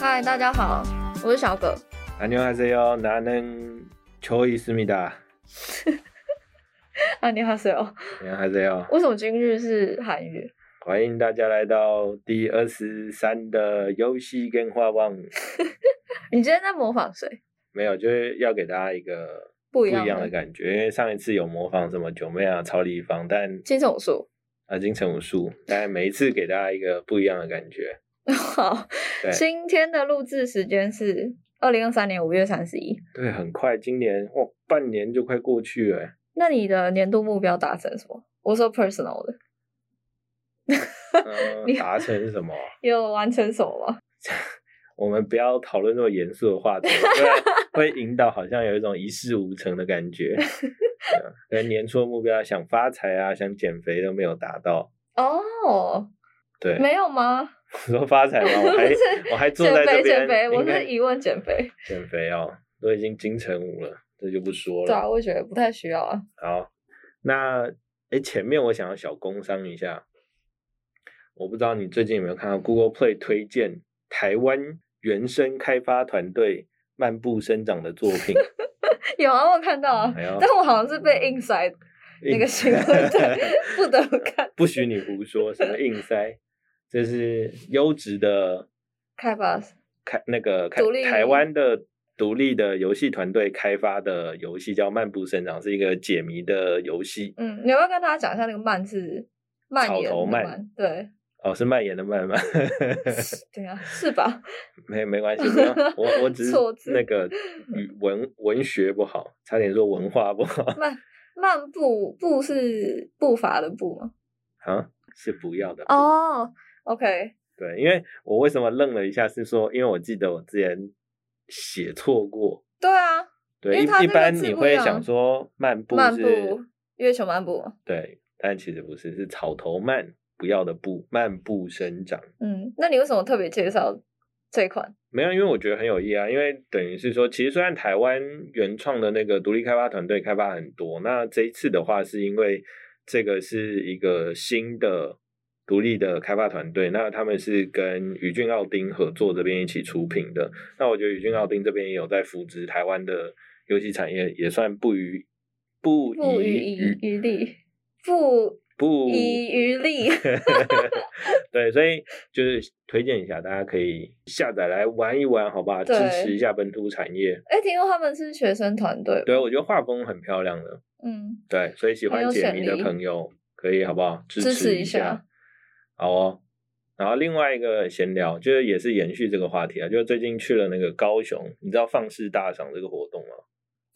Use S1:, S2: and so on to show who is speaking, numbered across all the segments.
S1: 嗨，大家好，我是小 葛。
S2: 안녕하세요，나는조이스입니다。
S1: 啊，你好，谁哦？
S2: 안녕하세요，
S1: 为什么今日是韩语？
S2: 欢迎大家来到第二十三的游戏跟画望。
S1: 你今天在模仿谁？
S2: 没有，就是要给大家一个
S1: 不
S2: 不
S1: 一
S2: 一
S1: 样
S2: 样的感觉，因为上一次有模仿什么九妹啊、超立方，但
S1: 金手术。
S2: 啊金城武术，但每一次给大家一个不一样的感觉。
S1: 好，
S2: 对
S1: 今天的录制时间是二零二三年五月三十一。
S2: 对，很快，今年哇，半年就快过去了欸。
S1: 那你的年度目标达成什么？我说 personal 的，
S2: 嗯、
S1: 你
S2: 达成什么啊？
S1: 有完成什么吗？
S2: 我们不要讨论那么严肃的话题， 不然会引导好像有一种一事无成的 感觉。对啊可能年初的目标想发财啊，想减肥都没有达到。
S1: 哦、
S2: 对，
S1: 没有吗？
S2: 说发财吗？我 还
S1: 不是
S2: 我还坐
S1: 减
S2: 在这
S1: 肥
S2: 边，
S1: 减肥，我
S2: 应该
S1: 是疑问减肥。
S2: 减肥哦，都已经金城武了，这就不说
S1: 对啊，
S2: 了。
S1: 我也觉得不太需要啊。
S2: 好，那哎，前面我想要小工商一下，我不知道你最近有没有看到 Google Play 推荐台湾原生开发团队漫步生长的作品。
S1: 有啊，我有看到啊，
S2: 哎呦
S1: 但我好像是被
S2: 嗯
S1: 硬塞那个新闻 对，不得不看。
S2: 不许你胡说，什么硬塞，这是优质的
S1: 开发
S2: 开那个开
S1: 独立
S2: 台湾的独立的游戏团队开发的游戏，叫《漫步生长》，是一个解谜的游戏。
S1: 嗯，你要不要跟大家讲一下那个蔓是蔓
S2: 草
S1: 延
S2: 头
S1: 的
S2: 蔓
S1: 蔓？ 对，
S2: 哦，是蔓延的蔓吗？
S1: 对啊，是吧？
S2: 没没关系，没有我我只
S1: 错字
S2: 是那个语文文学不好，差点说文化不好
S1: 漫漫步步是步伐的步吗？
S2: 啊，是不要的。
S1: 哦，OK，
S2: 对，因为我为什么愣了一下，是说因为我记得我之前写错过。
S1: 对啊，因
S2: 对，
S1: 为它
S2: 一一
S1: 这个
S2: 般
S1: 字
S2: 你
S1: 不
S2: 会
S1: 一样
S2: 想说漫步
S1: 漫
S2: 是，
S1: 步月球漫步，
S2: 对，但其实不是，是草头漫不要的步，漫步生长。
S1: 嗯，那你为什么特别介绍这款？
S2: 没有，因为我觉得很有意义啊，因为等于是说，其实虽然台湾原创的那个独立开发团队开发很多，那这一次的话，是因为这个是一个新的独立的开发团队，那他们是跟宇俊奥丁合作这边一起出品的。那我觉得宇俊奥丁这边也有在扶植台湾的游戏产业，也算不遗不
S1: 不遗
S2: 遗
S1: 余余力，不
S2: 不
S1: 遗余 力。
S2: 对，所以就是推荐一下，大家可以下载来玩一玩，好吧？支
S1: 对
S2: 持一下本土产业。
S1: 哎，听说他们是学生团队，
S2: 对，，我觉得画风很漂亮的，
S1: 嗯，
S2: 对，所以喜
S1: 很
S2: 欢
S1: 有
S2: 解
S1: 潜
S2: 谜的
S1: 力
S2: 朋友可以好不好？支
S1: 支持
S2: 一
S1: 一下
S2: 好哦。然后另外一个闲聊，就是也是延续这个话题啊，就是最近去了那个高雄，你知道放肆大赏这个活动吗？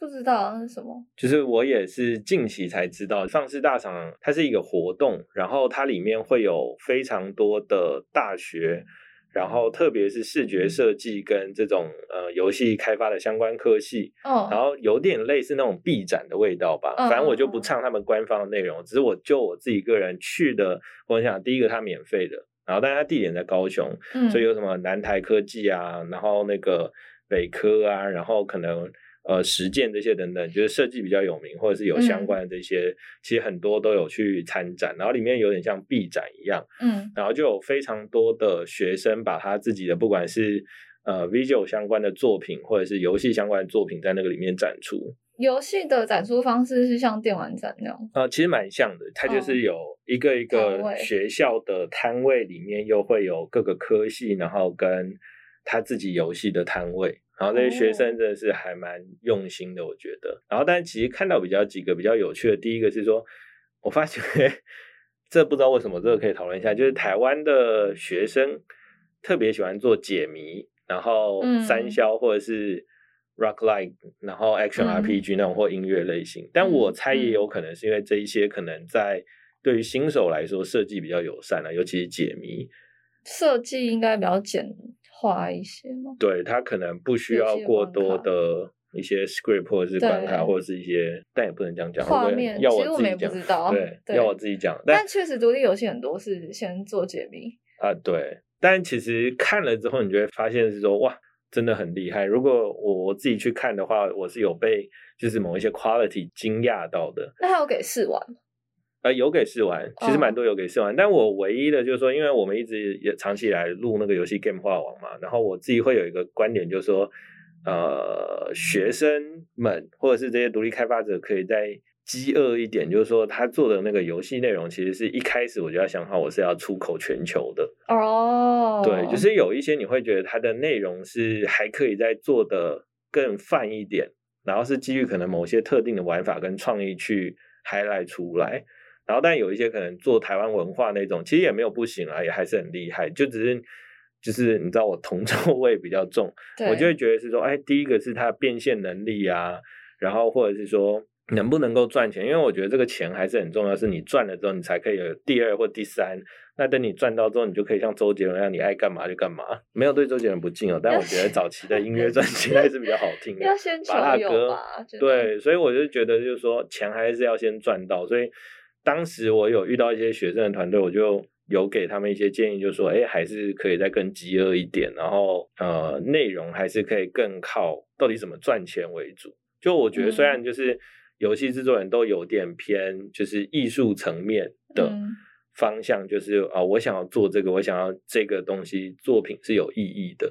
S1: 不知道啊那是什么，
S2: 就是我也是近期才知道，放肆大赏它是一个活动，然后它里面会有非常多的大学，然后特别是视觉设计跟这种呃游戏开发的相关科系，然
S1: 哦，
S2: 后有点类似那种闭展的味道吧。
S1: 嗯
S2: 反正我就不唱他们官方的内容，只是我就我自己个人去的，我想第一个它免费的，然后但它地点在高雄，
S1: 嗯
S2: 所以有什么南台科技啊，然后那个北科啊，然后可能呃实践这些等等，就是设计比较有名或者是有相关的这些，其实很多都有去参展，然后里面有点像 B 展一样，
S1: 嗯
S2: 然后就有非常多的学生把他自己的不管是呃 visual 相关的作品或者是游戏相关的作品在那个里面展出，
S1: 游戏的展出方式是像电玩展那样，
S2: 呃，其实蛮像的，它就
S1: 哦
S2: 是有一个一
S1: 摊位
S2: 个学校的摊位里面又会有各个科系，然后跟他自己游戏的摊位，然后这些学
S1: 哦
S2: 生真的是还蛮用心的，我觉得。然后，但其实看到比较几个比较有趣的，第一个是说，我发觉这不知道为什么，这个可以讨论一下，就是台湾的学生特别喜欢做解谜，然后
S1: 嗯
S2: 三消或者是 rock like，然后 action
S1: 嗯
S2: RPG 那种或音乐类型，但我猜也有可能是因为这一些可能在对于新手来说设计比较友善了、啊尤其是解谜，
S1: 设计应该比较简化一些嘛。
S2: 对它可能不需要
S1: 游戏
S2: 过
S1: 关卡
S2: 多的一些 script 或者是关卡
S1: 对
S2: 或者是一些，但也不能这样讲，
S1: 画
S2: 会不会
S1: 面
S2: 要
S1: 其实我
S2: 自
S1: 们
S2: 己
S1: 也不
S2: 讲，
S1: 知道，
S2: 对，
S1: 对
S2: 要我自己讲，但
S1: 但确实独立游戏很多是先做解谜，
S2: 啊，对，但其实看了之后，你就会发现是说，哇，真的很厉害。如果我我自己去看的话，我是有被就是某一些 quality 惊讶到的。
S1: 那还有给试玩吗，
S2: 呃，有给试玩，其实蛮多有给试玩，但我唯一的就是说，因为我们一直也长期以来录那个游戏 Game 化网嘛，然后我自己会有一个观点，就是说，呃，学生们或者是这些独立开发者可以在。饥饿一点，就是说他做的那个游戏内容，其实是一开始我就要想好，我是要出口全球的。
S1: 哦，
S2: 对，就是有一些你会觉得它的内容是还可以再做的更泛一点，然后是基于可能某些特定的玩法跟创意去 highlight 出来，然后但有一些可能做台湾文化那种，其实也没有不行啊，也还是很厉害，就只是。就是你知道我 铜臭味比较重，
S1: 对
S2: 我就会觉得是说，哎，第一个是它的变现能力啊，然后或者是说能不能够赚钱，因为我觉得这个钱还是很重要，是你赚了之后你才可以有第二或第三。那等你赚到之后，你就可以像周杰伦一样，你爱干嘛就干嘛。没有对周杰伦不敬哦，但我觉得早期的音乐专辑还是比较好听的。
S1: 要先求
S2: 麻辣
S1: 有
S2: 哥
S1: 吧？真的，
S2: 对，所以我就觉得就是说钱还是要先赚到，所以当时我有遇到一些学生的团队，我就有给他们一些建议，就说，哎，还是可以再更饥饿一点，然后呃，内容还是可以更靠到底怎么赚钱为主。就我觉得
S1: 嗯
S2: 虽然就是游戏制作人都有点偏就是艺术层面的。
S1: 嗯
S2: 方向就是啊、我想要做这个，我想要这个东西作品是有意义的。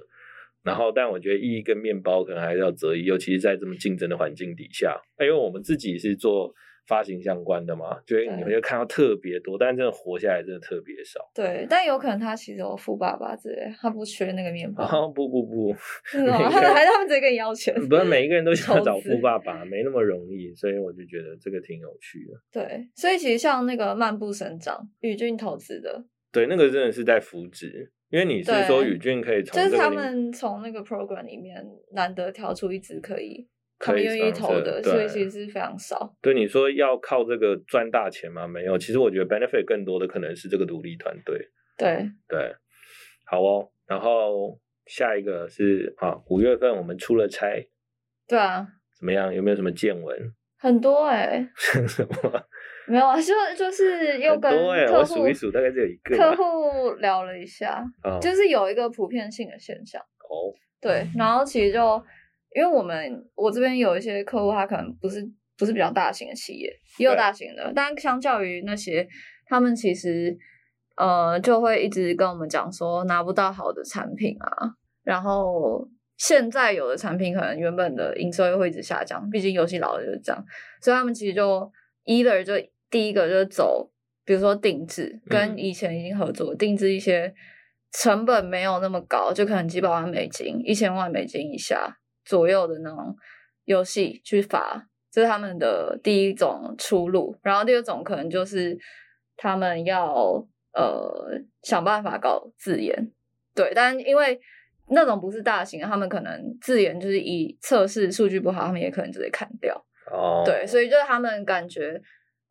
S2: 然后，但我觉得意义跟面包可能还是要择一，尤其是在这么竞争的环境底下。哎因为我们自己是做发行相关的嘛，所以你
S1: 对
S2: 会看到特别多，但真的活下来真的特别少。
S1: 对，但有可能他其实有富爸爸之类，他不缺那个面包，
S2: 然后不 不不，
S1: 是吗？
S2: 每个人
S1: 还是他们直接跟你要钱？
S2: 不是每一个人都想要找
S1: 投资
S2: 富爸爸，没那么容易，所以我就觉得这个挺有趣的。
S1: 对，所以其实像那个漫步生长，宇俊投资的，
S2: 对，那个真的是在扶植，因为你是说
S1: 对
S2: 宇俊可以从
S1: 就
S2: 这
S1: 是
S2: 个
S1: 他
S2: 里面
S1: 们从那个 program 里面难得挑出一支可以他
S2: 可
S1: 们
S2: 以
S1: 愿意
S2: sponsor，
S1: 投的，
S2: 对
S1: 所以其实是非常少。
S2: 对你说要靠这个赚大钱吗？没有，其实我觉得 benefit 更多的可能是这个独立团队。
S1: 对，
S2: 对，好哦。然后下一个是啊，五月份我们出了差，
S1: 对啊，
S2: 怎么样？有没有什么见闻？
S1: 很多哎、
S2: 什么？
S1: 没有啊，就就是又
S2: 很
S1: 跟
S2: 多哎、
S1: 客
S2: 我
S1: 户
S2: 数一数，大概只有一个吧。
S1: 客户聊了一下，
S2: 啊，
S1: 就是有一个普遍性的现象。
S2: 哦，
S1: 对，然后其实就因为我们我这边有一些客户，他可能不是不是比较大型的企业，也有
S2: 对
S1: 大型的，但相较于那些，他们其实呃就会一直跟我们讲说拿不到好的产品啊，然后现在有的产品可能原本的营收又会一直下降，毕竟游戏老了就是这样，所以他们其实就 either 就第一个就是走，比如说定制，跟
S2: 嗯
S1: 以前已经合作、定制一些成本没有那么高，就可能几百万美金、一千万美金以下左右的那种游戏去发，这是他们的第一种出路。然后第二种可能就是他们要呃想办法搞自研，对，但因为。那种不是大型的，他们可能自研就是以测试数据不好，他们也可能直接砍掉。
S2: 哦，
S1: 对，所以就是他们感觉，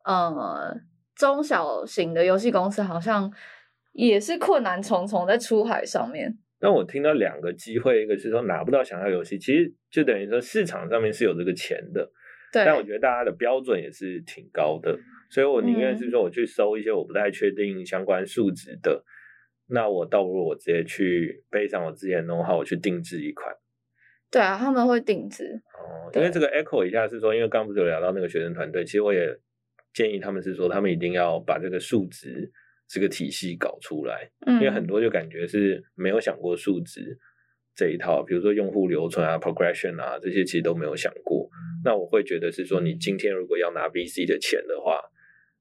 S1: 呃，中小型的游戏公司好像也是困难重重在出海上面。
S2: 那我听到两个机会，一个是说拿不到想要游戏，其实就等于说市场上面是有这个钱的，
S1: 对，
S2: 但我觉得大家的标准也是挺高的，所以我宁愿
S1: 嗯
S2: 是说我去搜一些我不太确定相关数值的，那我倒不如我直接去背上我之前的 know how，我去定制一款。
S1: 对啊，他们会定制，
S2: 哦，
S1: 对
S2: 因为这个 echo 一下是说，因为刚不是有聊到那个学生团队，其实我也建议他们是说，他们一定要把这个数值这个体系搞出来，
S1: 嗯，
S2: 因为很多就感觉是没有想过数值这一套，比如说用户留存啊、progression 啊这些，其实都没有想过。那我会觉得是说，你今天如果要拿 VC 的钱的话，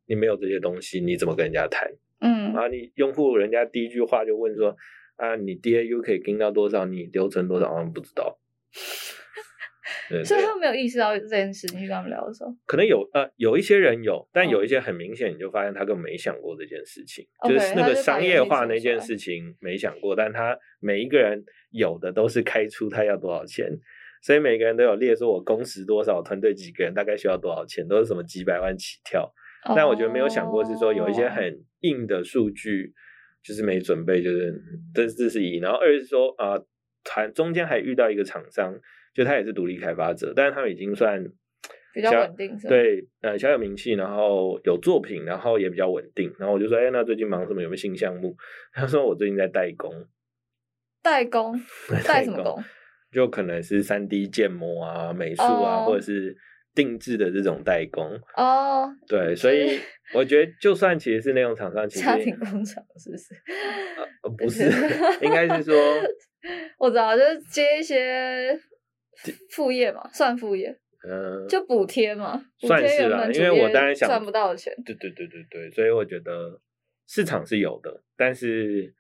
S2: 你没有这些东西，你怎么跟人家谈？
S1: 嗯，
S2: 啊，你用户人家第一句话就问说，啊，你 DAU 可以盯到多少？你留存多少？啊，不知道。 对
S1: 所以
S2: 对
S1: 他们没有意识到这件事情。去跟他们聊的时候，
S2: 可能有呃有一些人有，但
S1: 嗯
S2: 有一些很明显，你就发现他根本没想过这件事情
S1: OK，
S2: 就是那
S1: 他就
S2: 个
S1: 把
S2: 商
S1: 原
S2: 业
S1: 理
S2: 化
S1: 说
S2: 那
S1: 出
S2: 件
S1: 来
S2: 事情没想过，但他每一个人有的都是开出他要多少钱，所以每个人都有列说我工时多少，团队几个人，大概需要多少钱，都是什么几百万起跳。但我觉得没有想过是说有一些
S1: 哦
S2: 很硬的数据，就是没准备，就是这这是一。然后二是说啊，团、中间还遇到一个厂商，就他也是独立开发者，但是他们已经算
S1: 比较
S2: 小
S1: 稳定是吧
S2: 对，呃，小有名气，然后有作品，然后也比较稳定。然后我就说，哎，那最近忙什么？有没有新项目？ 他说我最近在代工，
S1: 代
S2: ，
S1: 工
S2: 代
S1: 代什么
S2: 工
S1: 工？
S2: 就可能是三 D 建模啊、美术啊，
S1: 哦
S2: 或者是定制的这种代工。
S1: 哦，
S2: 对，所以我觉得，就算其实是内容厂商，其实
S1: 家庭工厂是不是？
S2: 呃不是， 应该是说，
S1: 我知道，就是接一些副业嘛，算副业，
S2: 嗯、
S1: 就补贴嘛，补
S2: 算
S1: 贴
S2: 是
S1: 原
S2: 啦
S1: 本
S2: 因
S1: 主
S2: 为我
S1: 业
S2: 当然想
S1: 赚不到的钱。
S2: 对对对对对，所以我觉得市场是有的，但是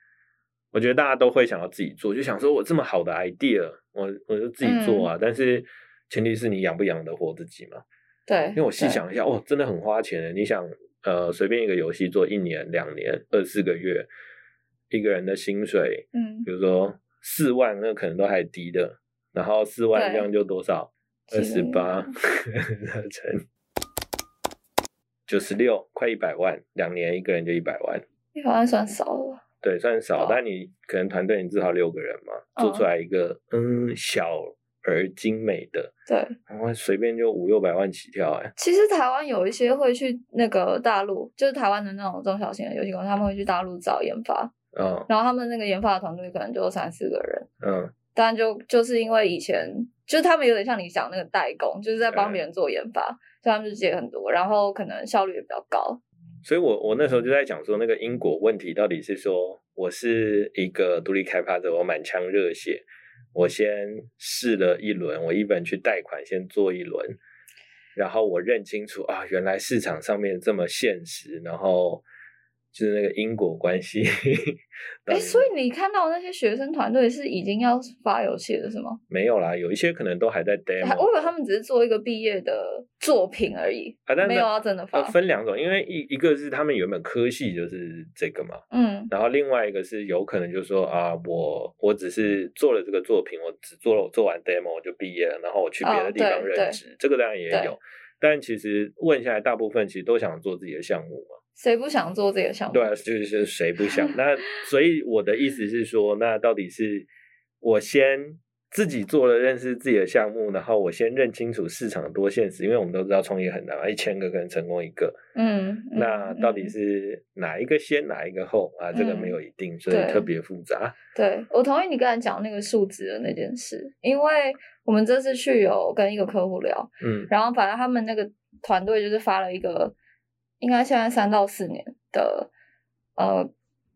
S2: 我觉得大家都会想要自己做，就想说我这么好的 idea，我我就自己做
S1: 嗯
S2: 啊，但是前提是你养不养得活自己嘛。
S1: 对，
S2: 因为我细
S1: 对，
S2: 想一下，哦，真的很花钱的。你想，呃，随便一个游戏做一年、两年、二四个月，一个人的薪水，
S1: 嗯
S2: 比，如说四万，那可能都还低的。然后四万
S1: 对
S2: 这样就多少？二
S1: 几
S2: 十
S1: 年
S2: 八乘九十六，快一百万。两年一个人就一百万，
S1: 一百万算少了吧？
S2: 对，算少
S1: 哦。
S2: 但你可能团队你至少六个人嘛，做出
S1: 嗯
S2: 来一个嗯小而精美的，
S1: 对，
S2: 然后随便就五六百万起跳、哎，
S1: 其实台湾有一些会去那个大陆，就是台湾的那种中小型的游戏公司，他们会去大陆找研发，
S2: 嗯
S1: 然后他们那个研发的团队可能就三四个人，
S2: 嗯。
S1: 但就就是因为以前就是他们有点像你讲那个代工，就是在帮别人做研发，所以他们就接很多，然后可能效率也比较高。
S2: 所以我我那时候就在讲说，那个因果问题到底是说，我是一个独立开发者，我满腔热血，我先试了一轮，我一本去贷款先做一轮，然后我认清楚啊，原来市场上面这么现实，然后就是那个因果关系。
S1: 哎、所以你看到那些学生团队是已经要发游戏了，是吗？
S2: 没有啦，有一些可能都还在
S1: 还我以为
S2: demo。
S1: 他们只是做一个毕业的作品而已，
S2: 啊但是
S1: 没有要真的发。
S2: 呃，分两种，因为一一个是他们原本科系就是这个嘛，
S1: 嗯
S2: 然后另外一个是有可能就说啊，我我只是做了这个作品，我只做了我做完 demo 我就毕业了，然后我去别
S1: 哦
S2: 的地方
S1: 对
S2: 任职，这个当然也
S1: 对
S2: 有。但其实问下来，大部分其实都想做自己的项目嘛。
S1: 谁不想做这个项目？
S2: 对啊，就是 谁不想？那 所以我的意思是说，那到底是我先自己做了认识自己的项目，然后我先认清楚市场多现实，因为我们都知道创业很难嘛，一千个可能成功一个。
S1: 嗯，嗯，
S2: 那到底
S1: 嗯
S2: 是哪一个先，哪一个后啊？这个没有一定，所以
S1: 对
S2: 特别复杂。
S1: 对，我同意你刚才讲那个数值的那件事，因为我们这次去有跟一个客户聊，
S2: 嗯
S1: 然后反正他们那个团队就是发了一个，应该现在三到四年的呃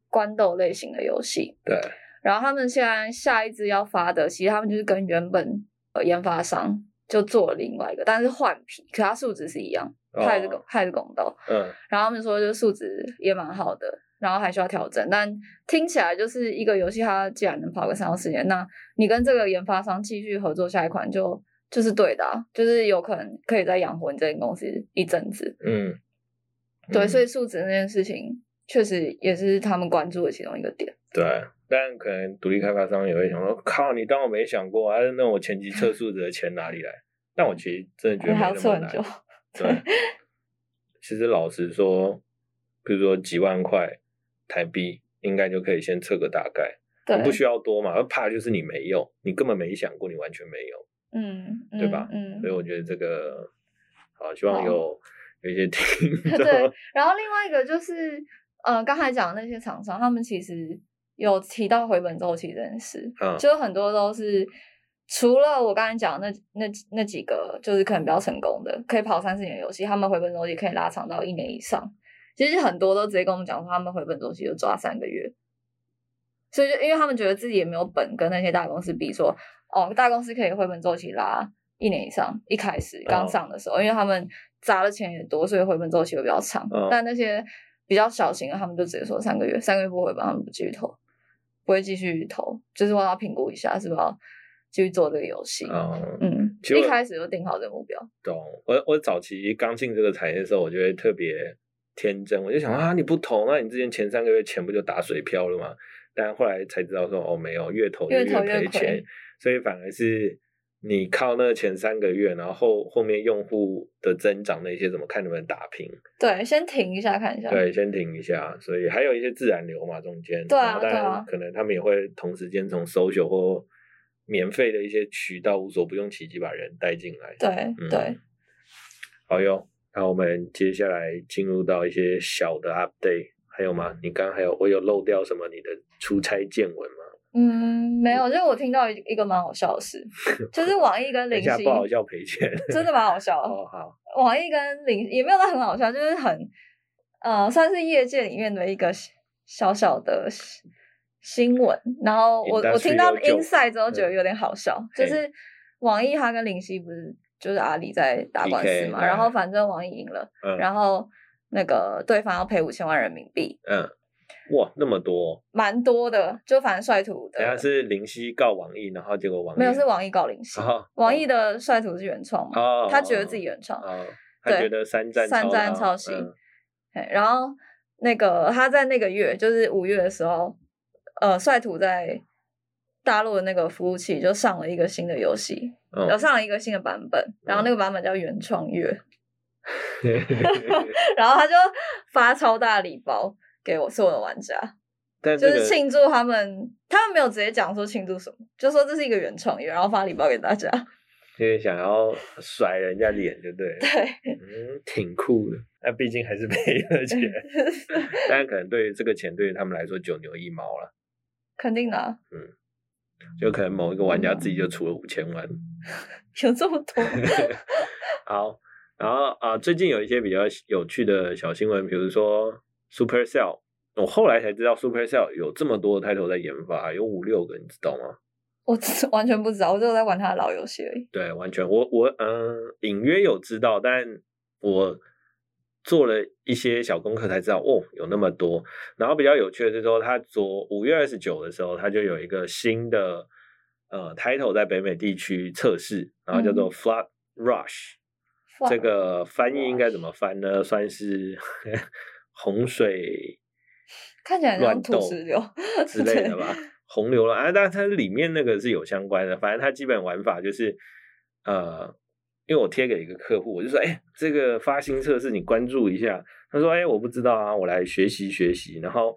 S1: 官斗类型的游戏，，
S2: 对，
S1: 然后他们现在下一支要发的，其实他们就是跟原本呃研发商就做了另外一个，但是换皮，可它数值是一样，它也是
S2: 哦
S1: 拱，它也是拱斗，
S2: 嗯，
S1: 然后他们说就是数值也蛮好的，然后还需要调整。但听起来就是一个游戏，它既然能跑个三到四年，那你跟这个研发商继续合作下一款就就是对的、啊，就是有可能可以再养活你这间公司一阵子。
S2: 嗯，
S1: 对，
S2: 嗯
S1: 所以数值那件事情确实也是他们关注的其中一个点。
S2: 对，但可能独立开发商也会想说，靠，你当我没想过啊？那我前期 测数值的钱哪里来？但我其实真的觉得
S1: 哎还要
S2: 没那
S1: 测
S2: 么
S1: 很久
S2: 难。，对，其实老实说，比如说几万块台币，应该就可以先测个大概，
S1: 对
S2: 你，不需要多嘛。怕就是你没有，你根本没想过，你完全没有。
S1: 嗯，
S2: 对吧
S1: 嗯，嗯
S2: 所以我觉得这个，好，希望
S1: 好
S2: 有有一 些听
S1: 对
S2: 众，，
S1: 然后另外一个就是，呃，刚才讲的那些厂商，他们其实有提到回本周期这件事，
S2: 嗯
S1: 就是很多都是除了我刚才讲的那那那几个，就是可能比较成功的，可以跑三四年的游戏，他们回本周期可以拉长到一年以上。其实很多都直接跟我们讲说，他们回本周期就抓三个月，所以就因为他们觉得自己也没有本跟那些大公司比说，哦，大公司可以回本周期拉一年以上，一开始刚
S2: 哦
S1: 上的时候，因为他们砸的钱也多，所以回本周期会比较长。
S2: 嗯
S1: 但那些比较小型的，他们就直接说三个月，三个月不回本，他们不继续投，不会继续投，就是我要评估一下是不是要继续做这个游戏。
S2: 嗯，
S1: 嗯，
S2: 其实我
S1: 一开始就定好这个目标。
S2: 懂。我我早期刚进这个产业的时候，我就会特别天真，我就想啊，你不投，那你之前前三个月钱不就打水漂了吗？但后来才知道说，哦，没有，越投就
S1: 越投越
S2: 赔钱
S1: 亏，
S2: 所以反而是你靠那前三个月，然后后后面用户的增长那些怎么看能不能打平？
S1: 对，先停一下看一下。
S2: 对，先停一下。所以还有一些自然流嘛，中间，
S1: 对啊
S2: 然后当
S1: 对啊
S2: 然可能他们也会同时间从 social 或免费的一些渠道无所不用其极把人带进来。
S1: 对
S2: 嗯
S1: 对，
S2: 好哟，那我们接下来进入到一些小的 update，还有吗？你刚刚还有我有漏掉什么你的出差见闻吗？
S1: 嗯，没有，就是我听到一一个蛮好笑的 事，就是网易跟林
S2: 等一下
S1: 夕
S2: 不好笑赔钱。
S1: 真的蛮好笑的。
S2: 哦，好，
S1: 网易跟林也没有到很好笑，就是很呃，算是业界里面的一个小小小的新新闻。然后我
S2: Industrial
S1: 我听到
S2: joke
S1: inside 之后
S2: 嗯
S1: 觉得有点好笑，
S2: 嘿
S1: 就是网易他跟林夕不是就是阿里在打官司
S2: PK
S1: 嘛，
S2: 哎
S1: 然后反正网易赢了，
S2: 嗯
S1: 然后那个对方要赔五千万人民币，
S2: 嗯，哇，那么多，哦
S1: 蛮多的，就反正率土的
S2: 等一下是林夕告网易，然后结果网易
S1: 没有是网易告林夕，
S2: 哦
S1: 网易的率土是原创嘛，
S2: 哦
S1: 他觉得自己原创，
S2: 哦，他觉得三战
S1: 三战
S2: 超嗯
S1: 超
S2: 新
S1: 新，嘿然后那个他在那个月，就是五月的时候，呃，率土在大陆的那个服务器就上了一个新的游戏，
S2: 嗯
S1: 然后上了一个新的版本，然后那个版本叫原创月，然后他就发超大礼包给我所有的玩家，
S2: 但
S1: 就
S2: 这
S1: 是
S2: 个
S1: 庆祝他们，他们没有直接讲说庆祝什么，就说这是一个原创月，然后发礼包给大家，
S2: 就是想要甩人家脸，就对了，
S1: 对，
S2: 嗯，挺酷的。那毕竟还是赔 了钱，但可能对于这个钱对于他们来说九牛一毛了，
S1: 肯定的啊、
S2: 就可能某一个玩家自己就出了五千万。
S1: 有这么 多，
S2: 好，然后啊、最近有一些比较有趣的小新闻，比如说 Supercell，我后来才知道 Supercell 有这么多的 title 在研发，有五六个，你知道吗？
S1: 我只完全不知道，我只有在玩他的老游戏而已。
S2: 对，完全，我我嗯、隐约有知道，但我做了一些小功课才知道，哦，有那么多。然后比较有趣的是说，他昨五月二十九的时候，他就有一个新的呃 title 在北美地区测试，然后叫做 Flood Rush，、这个翻译应该怎么翻呢？算是 洪水
S1: 看起来很
S2: 乱
S1: 像
S2: 斗
S1: 土石 流
S2: 之类的吧，洪流了啊，但它里面那个是有相关的，反正它基本玩法就是，呃，因为我贴给一个客户，我就说，哎、这个发新测试你关注一下，他说，哎、我不知道啊，我来学习学习，然后，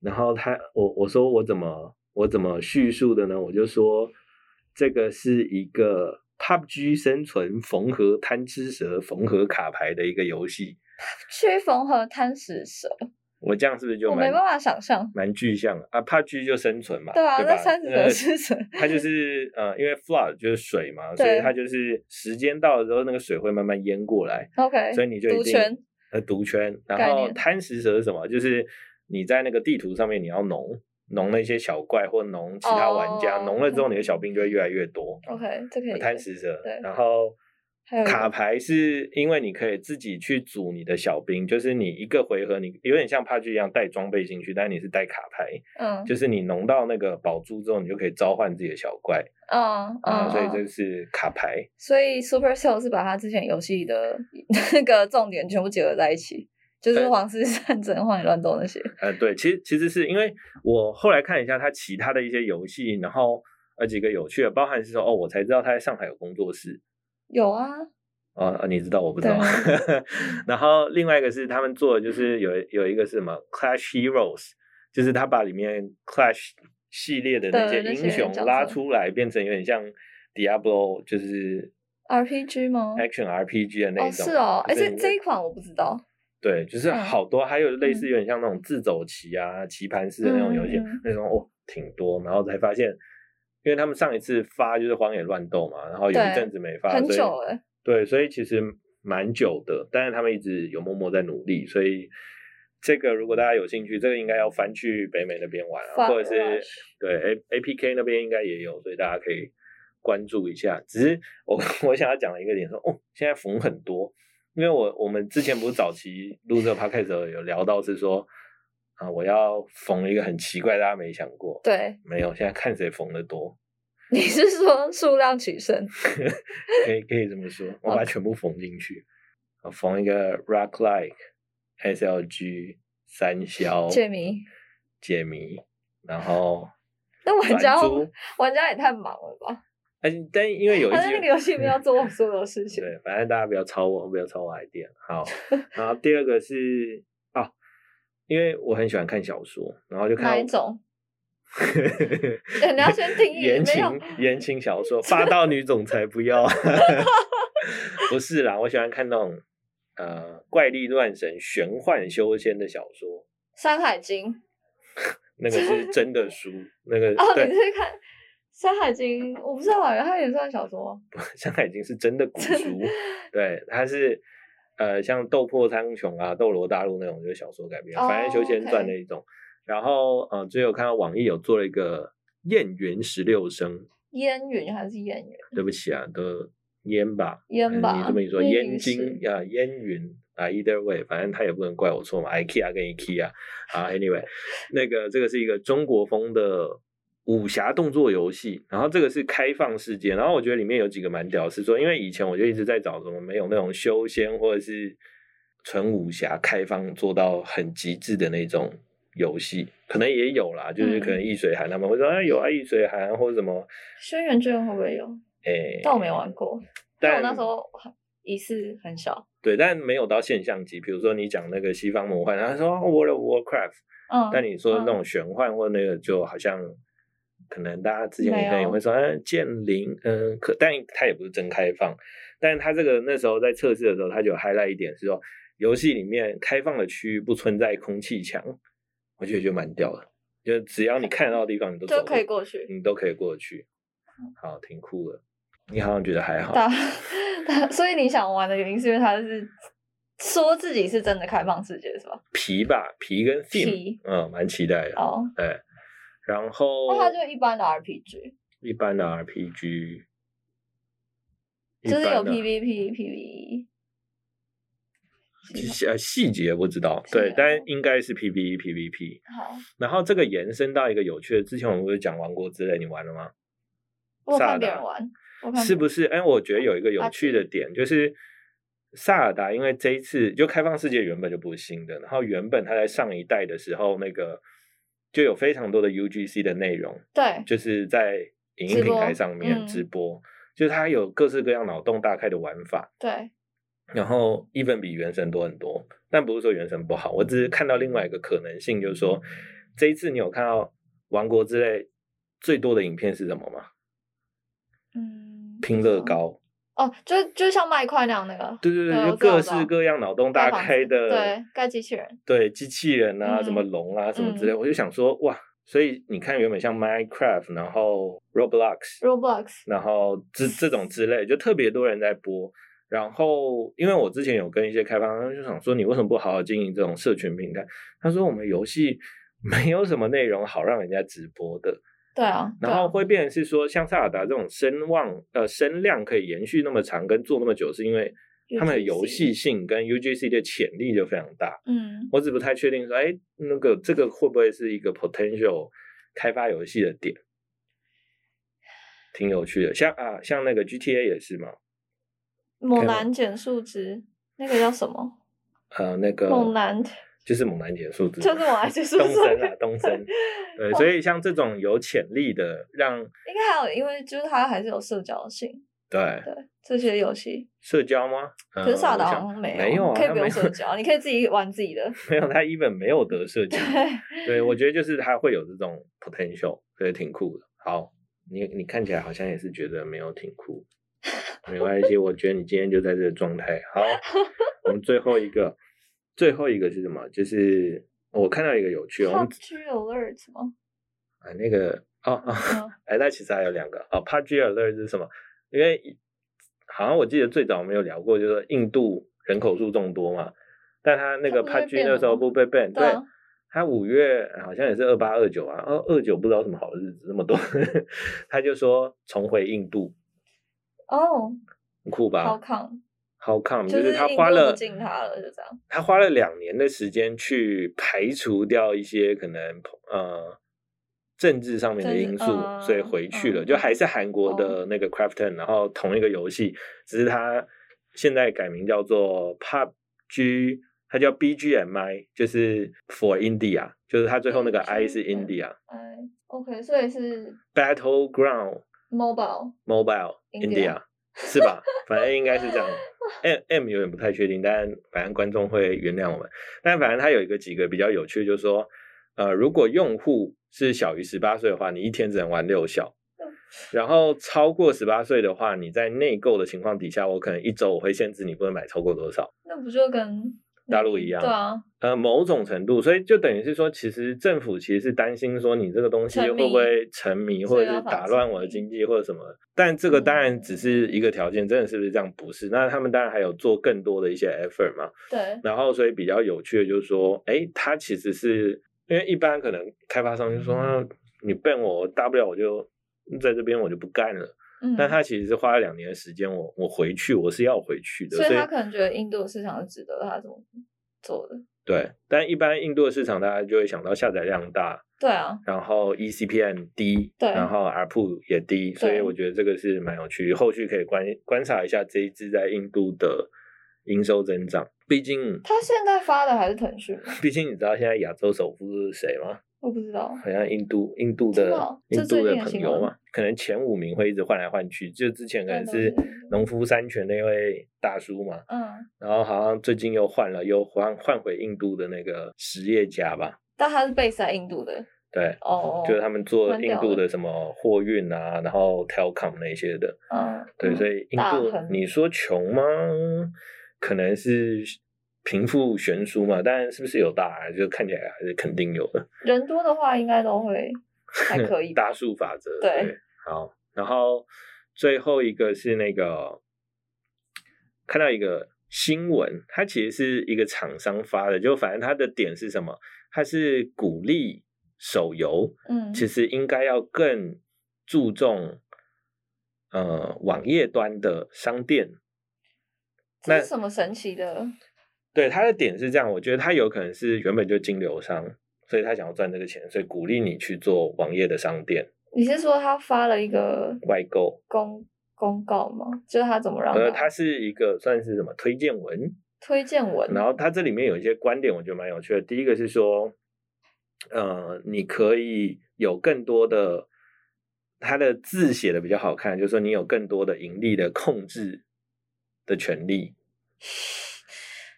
S2: 然后他，我我说我怎么我怎么叙述的呢？我就说这个是一个 PUBG 生存缝合贪吃蛇缝合卡牌的一个游戏，
S1: 区缝和贪食蛇，
S2: 我这样是不是就
S1: 我
S2: 蛮
S1: 没办法想 象。
S2: 蛮具象的啊？PUBG 就生存嘛，
S1: 对啊，
S2: 吧？
S1: 那贪食蛇
S2: 呃
S1: 是什么？
S2: 它就是呃，因为 flood 就是水嘛，所以
S1: 对
S2: 它就是时间到了之后，那个水会慢慢淹过来，
S1: OK，
S2: 所以你就
S1: 毒
S2: 一定
S1: 圈
S2: 呃毒圈。然
S1: 概
S2: 后
S1: 念
S2: 贪食蛇是什么？就是你在那个地图上面你要农农那些小怪或农其他玩家，
S1: 哦
S2: 农、了之后你的小兵就会越来越多。
S1: OK，这可
S2: 呃
S1: 以
S2: 贪食蛇
S1: 对，
S2: 然后
S1: 还有
S2: 卡牌是因为你可以自己去组你的小兵，就是你一个回合你有点像 PUBG 一样带装备进去，但是你是带卡牌，
S1: 嗯
S2: 就是你农到那个宝珠之后，你就可以召唤自己的小怪。
S1: 嗯
S2: 啊，
S1: 嗯，
S2: 所以
S1: 嗯
S2: 这是卡牌，
S1: 所以 Supercell 是把他之前游戏的那个重点全部结合在一起，就是
S2: 对
S1: 皇室战争、 荒野乱斗那些。
S2: 呃，对，其实其实是因为我后来看一下他其他的一些游戏，然后呃几个有趣的，包含是说哦，我才知道他在上海有工作室，
S1: 有啊，
S2: 啊、呃你知道我不知道
S1: 对，
S2: 然后另外一个是他们做的就是有有一个是什么 Clash Heroes，就是他把里面 Clash 系列的那
S1: 对
S2: 些
S1: 那
S2: 英
S1: 些
S2: 雄
S1: 角
S2: 拉
S1: 色
S2: 出来，变成有点像 Diablo，就是
S1: RPG 吗
S2: Action RPG 哎的那种，
S1: 哦是哦，哎、
S2: 就
S1: 这
S2: 你
S1: 这一款我不知道。
S2: 对，就是
S1: 嗯
S2: 好多，还有类似
S1: 嗯
S2: 有点像那种自走棋啊、棋盘式的那种游戏，
S1: 嗯嗯嗯
S2: 那种哦挺多，然后才发现，因为他们上一次发就是《荒野乱斗》嘛，然后有一
S1: 对
S2: 阵子没发，
S1: 很
S2: 啊所以
S1: 久了，
S2: 对，所以其实蛮久的，但是他们一直有默默在努力，所以这个如果大家有兴趣，这个应该要翻去北美那边玩、啊，
S1: Far
S2: 或者是
S1: Rush
S2: 对 A A P K 那边应该也有，所以大家可以关注一下。只是我 我想要讲的一个点是，哦，现在缝很多，因为我我们之前不是早期录这个 podcast 的时候有聊到是说啊、我要缝一个很奇怪，大家没想过，
S1: 对，
S2: 没有，现在看谁缝的多，
S1: 你是说数量取胜？
S2: 可以可以这么说，我把它全部缝进去，我缝一个 Rock Like S L G 三消
S1: 解谜
S2: 解谜，然后
S1: 那玩家
S2: 转
S1: 会
S2: 租，
S1: 玩家也太忙了吧？
S2: 而且但因为有一
S1: 他在那个
S2: 些。
S1: 游戏里面要做我所有的事 情。
S2: 对，反正大家不要抄我，不要抄我 idea。好， 然后第二个是哦，因为我很喜欢看小说，然后就看
S1: 哪
S2: 到
S1: 一种？你 要先定义，
S2: 言
S1: 没
S2: 情
S1: 有
S2: 言情 小说，霸道女总裁不要。 不是啦，我喜欢看那种呃怪力乱神、玄幻修仙的小说。
S1: 《山海经》
S2: 那个是真的书，那个
S1: 哦，你
S2: 对，
S1: 是看《山海经》？我不知道，原来它也算小说。
S2: 山海经是真的古书，对，它是呃像《斗破苍穹》啊，《斗罗大陆》那种就是小说改编，
S1: 哦
S2: 反正修仙传
S1: OK
S2: 那一种。然后呃，最后看到网易有做了一个燕云十六声，
S1: 烟云还是烟云？
S2: 对不起啊，都燕吧，
S1: 烟吧
S2: 嗯你这么一说，
S1: 燕
S2: 燕
S1: 云
S2: 京
S1: 十
S2: 啊，燕云啊，either way，反正他也不能怪我错嘛，IKEA 跟 IKEA 啊，anyway，那个这个是一个中国风的武侠动作游戏，然后这个是开放世界，然后我觉得里面有几个蛮屌的是说，因为以前我就一直在找什么没有那种修仙或者是纯武侠开放做到很极致的那种游戏，可能也有啦，就是可能易水寒他们会说、啊有啊易水寒或者什么，
S1: 轩辕剑会不会有？
S2: 诶、
S1: 但我没玩过，因为
S2: 但
S1: 我那时候很疑似很小。
S2: 对，但没有到现象级。比如说你讲那个西方魔幻，他说、哦、World of Warcraft，、
S1: 嗯，
S2: 但你说那
S1: 嗯
S2: 种玄幻或那个，就好像可能大家之前
S1: 没
S2: 可能也
S1: 有
S2: 会说，嗯、剑灵，嗯、可但它也不是真开放。但是它这个那时候在测试的时候，它就有 highlight 一点是说，游戏里面开放的区域不存在空气墙，我觉得就蛮屌的，就只要你看得到的地方，你都走嗯
S1: 就可以
S2: 路
S1: 过嗯去。
S2: 你都可以过去。好，挺酷的。你好像觉得还 好，
S1: 大大，所以你想玩的原因是因为它是说自己是真的开放世界是吧？
S2: 皮吧，皮跟 theme，
S1: 皮
S2: 嗯，蛮期待的。
S1: 哦，
S2: 对，然后
S1: 那它就一般的 RPG，
S2: 一般的 RPG，
S1: 就是
S2: 一
S1: 有
S2: 般的
S1: PVP、PVE。
S2: 细呃细节不知道，
S1: 细节
S2: 对
S1: 哦，
S2: 但应该是 PVE PVP。
S1: 好，
S2: 然后这个延伸到一个有趣的，之前我们不是讲《王国之泪》，你玩了吗？
S1: 我有
S2: 萨
S1: 看别
S2: 达
S1: 人玩，我看
S2: 是
S1: 别
S2: 不
S1: 人
S2: 是？哎，我觉得有一个有趣的点就是。萨尔达因为这一次就开放世界原本就不是新的，然后原本它在上一代的时候，那个就有非常多的 UGC 的内容，
S1: 对，
S2: 就是在影音
S1: 直
S2: 平台
S1: 播
S2: 上面
S1: 嗯
S2: 直播，就是它有各式各样脑洞大开的玩法，
S1: 对，
S2: 然后 even 比原神多很多，但不是说原神不好，我只是看到另外一个可能性，就是说这一次你有看到《王国之泪》最多的影片是什么吗？
S1: 嗯，
S2: 拼乐高，
S1: 哦，就就像麦块那样那个，
S2: 对对
S1: 对
S2: 对，就
S1: 我知道
S2: 各
S1: 我知道
S2: 式各样脑洞大开的，
S1: 对，盖机器人，
S2: 对机器人啊，
S1: 嗯
S2: 什么龙啊，什么之类，我就想说哇，所以你看原本像 Minecraft，然后 Roblox，
S1: Roblox，
S2: 然后这这种之类，就特别多人在播。然后，因为我之前有跟一些开发商就想说，你为什么不好好经营这种社群平台？他说我们游戏 没有什么内容好让人家直播的，
S1: 对啊，对
S2: 然
S1: 啊
S2: 后会变成是说，像萨尔达这种声望呃声量可以延续那么长跟做那么久，是因为他们的游戏，性跟 UGC 的潜力就非常大。
S1: 嗯，
S2: 我只不太确定说，哎，那个这个会不会是一个 potential 开发游戏的点？挺有趣的，像啊，像那个 GTA 也是嘛，
S1: 猛
S2: 对啊
S1: 男减数值，那个叫什么？
S2: 呃，那个
S1: 猛男，
S2: 就是猛男减数值，
S1: 就是猛男减数值
S2: 东升啊，东 升，对，所以像这种有潜力的，让
S1: 应该还有，因为就是它还是有社交性，
S2: 对
S1: 对这些游戏。
S2: 社交吗？呃
S1: 可是萨达
S2: 我
S1: 好
S2: 想
S1: 像没有，
S2: 没有啊
S1: 可以
S2: 它
S1: 不用
S2: 没有
S1: 社交，你可以自己玩自己的。
S2: 没有，他 even 没有得社交
S1: 对，，
S2: 对我觉得就是他会有这种 potential，所以挺酷的。好，你你看起来好像也是觉得没有挺 酷，没关系，我觉得你今天就在这个状态。 好，我们最后一个，最后一个是什么？就是我看到一个有趣，哦我们
S1: PUBG Alert 吗？
S2: 啊那个哦哦，
S1: 嗯
S2: 哎，那其实还有两个哦，PUBG Alert 是什么？因为好像我记得最早我们有聊过，就是说印度人口数众多嘛，但他那个
S1: 它不是
S2: PUBG
S1: 被
S2: 那时候
S1: ban 了吗
S2: 不被 ban，
S1: 对啊
S2: 对，他五月好像也是二八二九啊，二二九不知道什么好日子那么多，他就说重回印度，
S1: 哦，
S2: 很
S1: 好
S2: 酷吧？
S1: 看，
S2: 好看，
S1: 就是是
S2: 啊他
S1: 印
S2: 花
S1: 度
S2: 了
S1: 不进他了，就这样。
S2: 他花了两年的时间去排除掉一些可能呃政治上面的因
S1: 政
S2: 素，
S1: 治嗯
S2: 所以回去了，
S1: 嗯
S2: 就还是韩国的那个 Crafton，、然后同一个游戏，只是它现在改名叫做 PUBG，它叫 BGMI，就是 For India，就是它最后那个 I 是 India
S1: 哎，OK，所以是
S2: Battleground
S1: mobile
S2: Mobile
S1: India
S2: India 是吧？反正应该是这样。M M 有点不太确定，但反正观众会原谅我们。但反正它有一个几个比较有趣，就是说，呃，如果用户是小于十八岁的话，你一天只能玩六小。然后超过十八岁的话，你在内购的情况底下，我可能一周我会限制你不能买超过多少。
S1: 那不就跟
S2: 大陆一样。
S1: 对啊，
S2: 呃，某种程度，所以就等于是说，其实政府其实是担心说你这个东西
S1: 沉
S2: 会
S1: 迷
S2: 不会沉迷，或
S1: 所
S2: 者
S1: 以
S2: 是
S1: 要防
S2: 打乱
S1: 沉
S2: 我的
S1: 迷嗯
S2: 经济或者什么。但这个当然只是一个条件，真的是不是这样？不是。那他们当然还有做更多的一些 effort 嘛。
S1: 对，
S2: 然后，所以比较有趣的就是说，哎，它其实是因为一般可能开发商就说，
S1: 嗯
S2: 啊你笨我，我大不了我就在这边我就不干了。
S1: 嗯，
S2: 但他其实是花了两年的时间，我我回去我是要回去的，
S1: 所以他可能觉得印度市场是值得他这么做的。
S2: 对。但一般印度的市场，大家就会想到下载量大，
S1: 对啊，
S2: 然后 E ECPM 低，
S1: 对
S2: 然后 ARPU 也低，所以我觉得这个是蛮有趣，后续可以观观察一下这一支在印度的营收增长。毕竟，
S1: 他现在发的还是腾讯吗？
S2: 毕竟你知道现在亚洲首富是谁吗？
S1: 我不知道。
S2: 好像印度印度
S1: 真的
S2: 的
S1: 哦
S2: 印
S1: 这
S2: 度
S1: 最
S2: 的
S1: 近的
S2: 朋
S1: 新
S2: 友
S1: 闻
S2: 嘛，可能前五名会一直换来换去，就之前可能
S1: 对
S2: 是
S1: 对对
S2: 农夫山泉那位大叔嘛，
S1: 嗯，
S2: 然后好像最近又换了，又换换回印度的那个实业家吧，
S1: 但他是 base 在印度的
S2: 对，
S1: 哦，
S2: 嗯就是他们做
S1: 蛮
S2: 印
S1: 屌
S2: 度
S1: 的
S2: 的什么货运啊，然后 telecom 那些的，
S1: 嗯，
S2: 对，所
S1: 以
S2: 以印
S1: 大
S2: 度
S1: 亨
S2: 你说穷吗？可能是贫富悬殊嘛，但是不是有大，啊就看起来还是肯定有的。
S1: 人多的话应该都 会还可以吧。
S2: 大数法则。
S1: 对
S2: 好，然后最后一个是那个看到一个新闻，它其实是一个厂商发的，就反正它的点是什么？它是鼓励手游，
S1: 嗯，
S2: 其实应该要更注重呃网页端的商店。
S1: 这
S2: 那
S1: 是什么神奇的？
S2: 对它的点是这样，我觉得它有可能是原本就金流商，所以他想要赚这个钱，所以鼓励你去做网页的商店
S1: 你是说他发了一个
S2: 外购。
S1: 公公告吗？就是他怎么让
S2: 呃，
S1: 他
S2: 它是一个算是什么推荐文，
S1: 推荐文？
S2: 然后它这里面有一些观点，我觉得蛮有趣的。第一个是说，呃，你可以有更多的，它的字写的比较好看，就是说你有更多的盈利的控制的权利，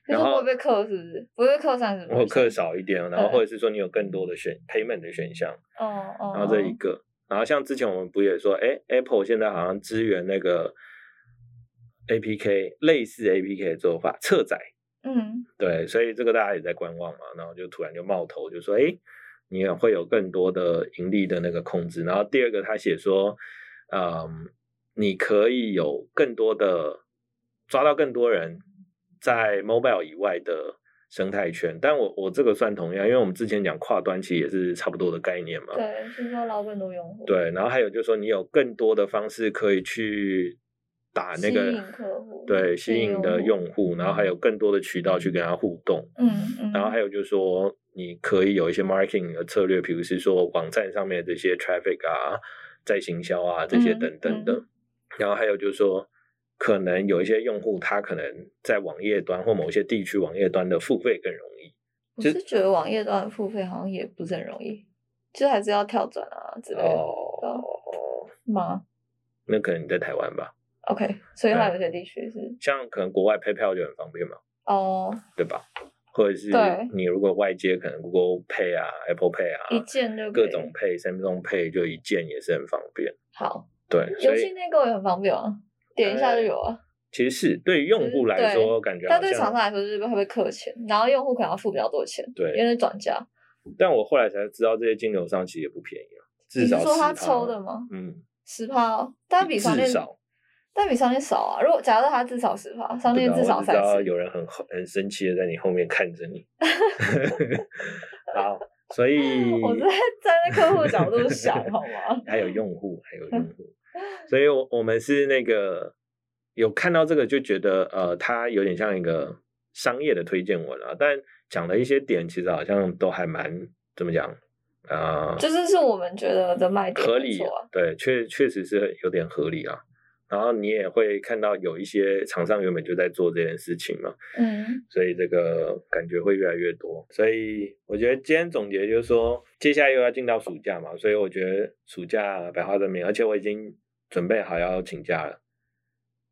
S1: 你
S2: 然
S1: 说
S2: 后
S1: 会被扣是不是？不会扣三十？
S2: 或课少一点，然后
S1: 嗯对
S2: 或者是说你有更多的选 payment 的选项，
S1: 哦。哦哦，
S2: 然后这一个，然后像之前我们不也说，哎，Apple 现在好像支援那个 APK 类似 APK 的做法，侧载。
S1: 嗯，
S2: 对，所以这个大家也在观望嘛，然后就突然就冒头就说，哎，你也会有更多的盈利的那个控制。然后第二个他写说，嗯，你可以有更多的抓到更多人在 mobile 以外的生态圈。但我我这个算同样，因为我们之前讲跨端其实也是差不多的概念嘛。
S1: 对，是说捞更多用户，，
S2: 对，然后还有就是说你有更多的方式可以去打那
S1: 吸
S2: 个
S1: 引客户，
S2: 对吸
S1: 吸引
S2: 引的
S1: 用
S2: 用户，然后还有更多的渠道去跟他互动。
S1: 嗯嗯，
S2: 然后还有就是说，你可以有一些 marketing 的策略，比如是说网站上面的这些 traffic 啊、在行销啊这些
S1: 嗯
S2: 等等的。
S1: 嗯
S2: 然后还有就是说，可能有一些用户他可能在网页端或某些地区网页端的付费更容易。
S1: 我
S2: 就是
S1: 觉得网页端的付费好像也不是很容易，就还是要跳转啊之类的
S2: 哦，
S1: 吗
S2: 那可能你在台湾吧，
S1: ？OK，所以它
S2: 对
S1: 有些地区是
S2: 像可能国外 PayPal 就很方便嘛，
S1: 哦，
S2: 对吧？或者是
S1: 对
S2: 你如果外接可能 Google Pay 啊、Apple Pay
S1: 一
S2: 啊，
S1: 键就可
S2: 各
S1: 以
S2: 种 Pay、Samsung Pay 就一键也是很方便。
S1: 好，
S2: 对，所
S1: 游
S2: 以。呃
S1: 戏内购也很方便啊，点一下就有啊。
S2: 其实是对于用户来说，感觉好
S1: 但
S2: 啊像
S1: 嗯对厂商来说就是会被扣钱，然后用户可能要付比较多钱，
S2: 对
S1: 因为是转价。
S2: 但我后来才知道，这些金流商其实也不便宜啊，
S1: 你
S2: 至
S1: 是
S2: 少
S1: 说他
S2: 10%
S1: 抽的？吗？
S2: 嗯，
S1: 十趴哦，但比商
S2: 至
S1: 店
S2: 少
S1: 但比商店少啊。如果假设他至少十趴，商
S2: 不知
S1: 店
S2: 道
S1: 至少
S2: 啊我只知
S1: 三
S2: 道
S1: 十。
S2: 有人很后很生气的在你后面看着 你。好，所以
S1: 我是在站在客户角 度想，好吗？
S2: 还有用户，还有用 户，所以我我们是那个有看到这个就觉得呃，它有点像一个商业的推荐文啊，但讲的一些点其实好像都还蛮怎么讲啊。呃
S1: 就是是我们觉得的卖点
S2: 合
S1: 没
S2: 理、
S1: 错啊。
S2: 对，确确实是有点合理啊。然后你也会看到有一些厂商原本就在做这件事情嘛，
S1: 嗯，
S2: 所以这个感觉会越来越多。所以我觉得今天总结就是说，接下来又要进到暑假嘛，所以我觉得暑假百花争鸣，而且我已经准备好要请假了。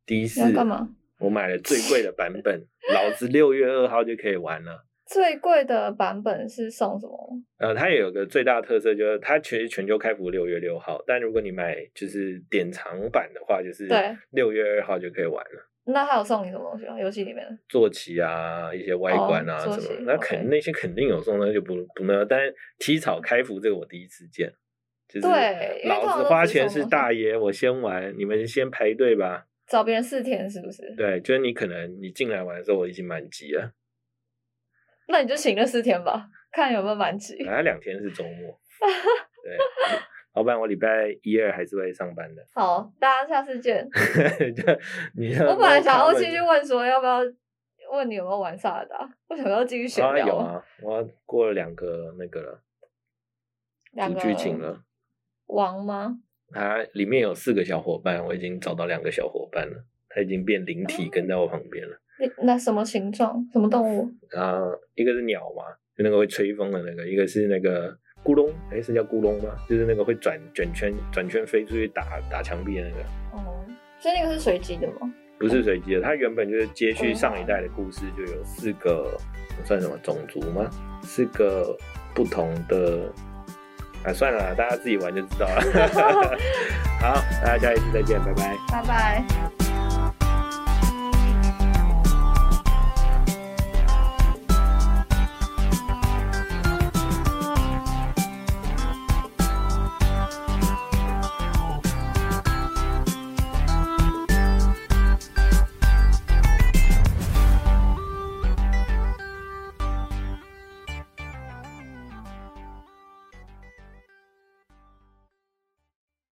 S2: 第一
S1: 你
S2: 次
S1: 要干嘛？
S2: 我买了最贵的版本，老子六月二号就可以玩了。
S1: 最贵的版本是送什么？
S2: 呃，它也有个最大的特色，就是它其实全球开服六月六号，但如果你买就是典藏版的话，就是
S1: 对
S2: 六月二号就可以玩了。
S1: 那他有送你什么东西吗？游戏里面的
S2: 坐骑啊，一些外观啊
S1: 哦坐
S2: 什么
S1: 骑
S2: 的，那肯
S1: OK
S2: 那些肯定有送，那就不不那。但踢草开服这个我第一次见，就是
S1: 对因为通
S2: 老
S1: 常
S2: 子
S1: 都
S2: 花
S1: 是这
S2: 钱
S1: 种
S2: 是
S1: 东
S2: 大爷，我先玩，你们先排队吧。
S1: 找别人四天是不是？
S2: 对，就是你可能你进来玩的时候我已经满级了，
S1: 那你就请那四天吧，看有没有满级。
S2: 本来两天是周 末。对，老板，我礼拜一二还是会上班的。
S1: 好，大家下次见。
S2: 就你就 啊
S1: 我本来想要
S2: no
S1: 继续
S2: comment
S1: 问说要不要问你有没有玩萨尔达，我想要继续闲
S2: 啊
S1: 聊。
S2: 有啊，我过了两个那个了，
S1: 两
S2: 主
S1: 个
S2: 剧情了。
S1: 王吗？
S2: 它里面有四个小伙伴，我已经找到两个小伙伴了，它已经变灵体跟在我旁边了。
S1: 那那什么形状？什么动物？
S2: 啊、一个是鸟嘛，就那个会吹风的那个，一个是那个咕咚，哎，是叫咕咚吗？就是那个会转卷圈、转圈飞出去打打墙壁的那个，
S1: 哦，所以那个是随机的吗？
S2: 不是随机的。它原本就是接续
S1: 哦
S2: 上一代的故事，就有四个算什么种族吗？四个不同的。啊，算了啦， 大家自己玩就知道了。好，大家下一次再见，拜拜。
S1: 拜拜。